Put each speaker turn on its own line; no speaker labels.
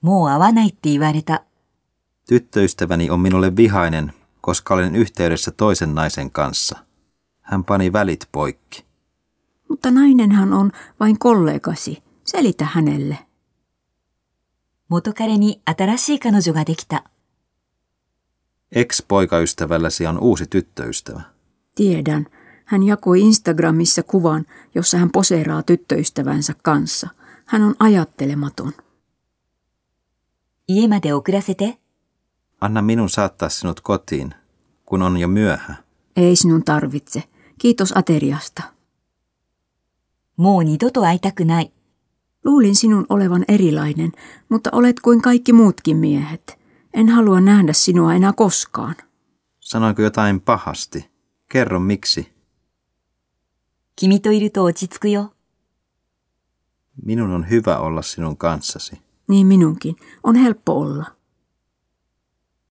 もう会わないって言われた。
Tyttöystäväni on minulle vihainen, koska olen yhteydessä toisen naisen kanssa. Hän pani välit poikki.
Mutta nainenhan on vain kollegasi. Selitä hänelle.
元彼に新しい彼女ができた。
Ex-poikaystävälläsi on uusi tyttöystävä.
Tiedän. Hän jakoi Instagramissa kuvan, jossa hän poseeraa tyttöystävänsä kanssa. Hän on ajattelematon.
家まで送らせて。
Anna minun saattaa sinut kotiin, kun on jo myöhä.
Ei sinun tarvitse. Kiitos ateriasta.
もう二度と会いたくない。
Luulin sinun olevan erilainen, mutta olet kuin kaikki muutkin miehet. En halua nähdä sinua enää koskaan.
Sanoinko jotain pahasti? Kerro miksi.
君といると落ち着くよ。
Minun on hyvä olla sinun kanssasi.
Niin minunkin. On helppo olla.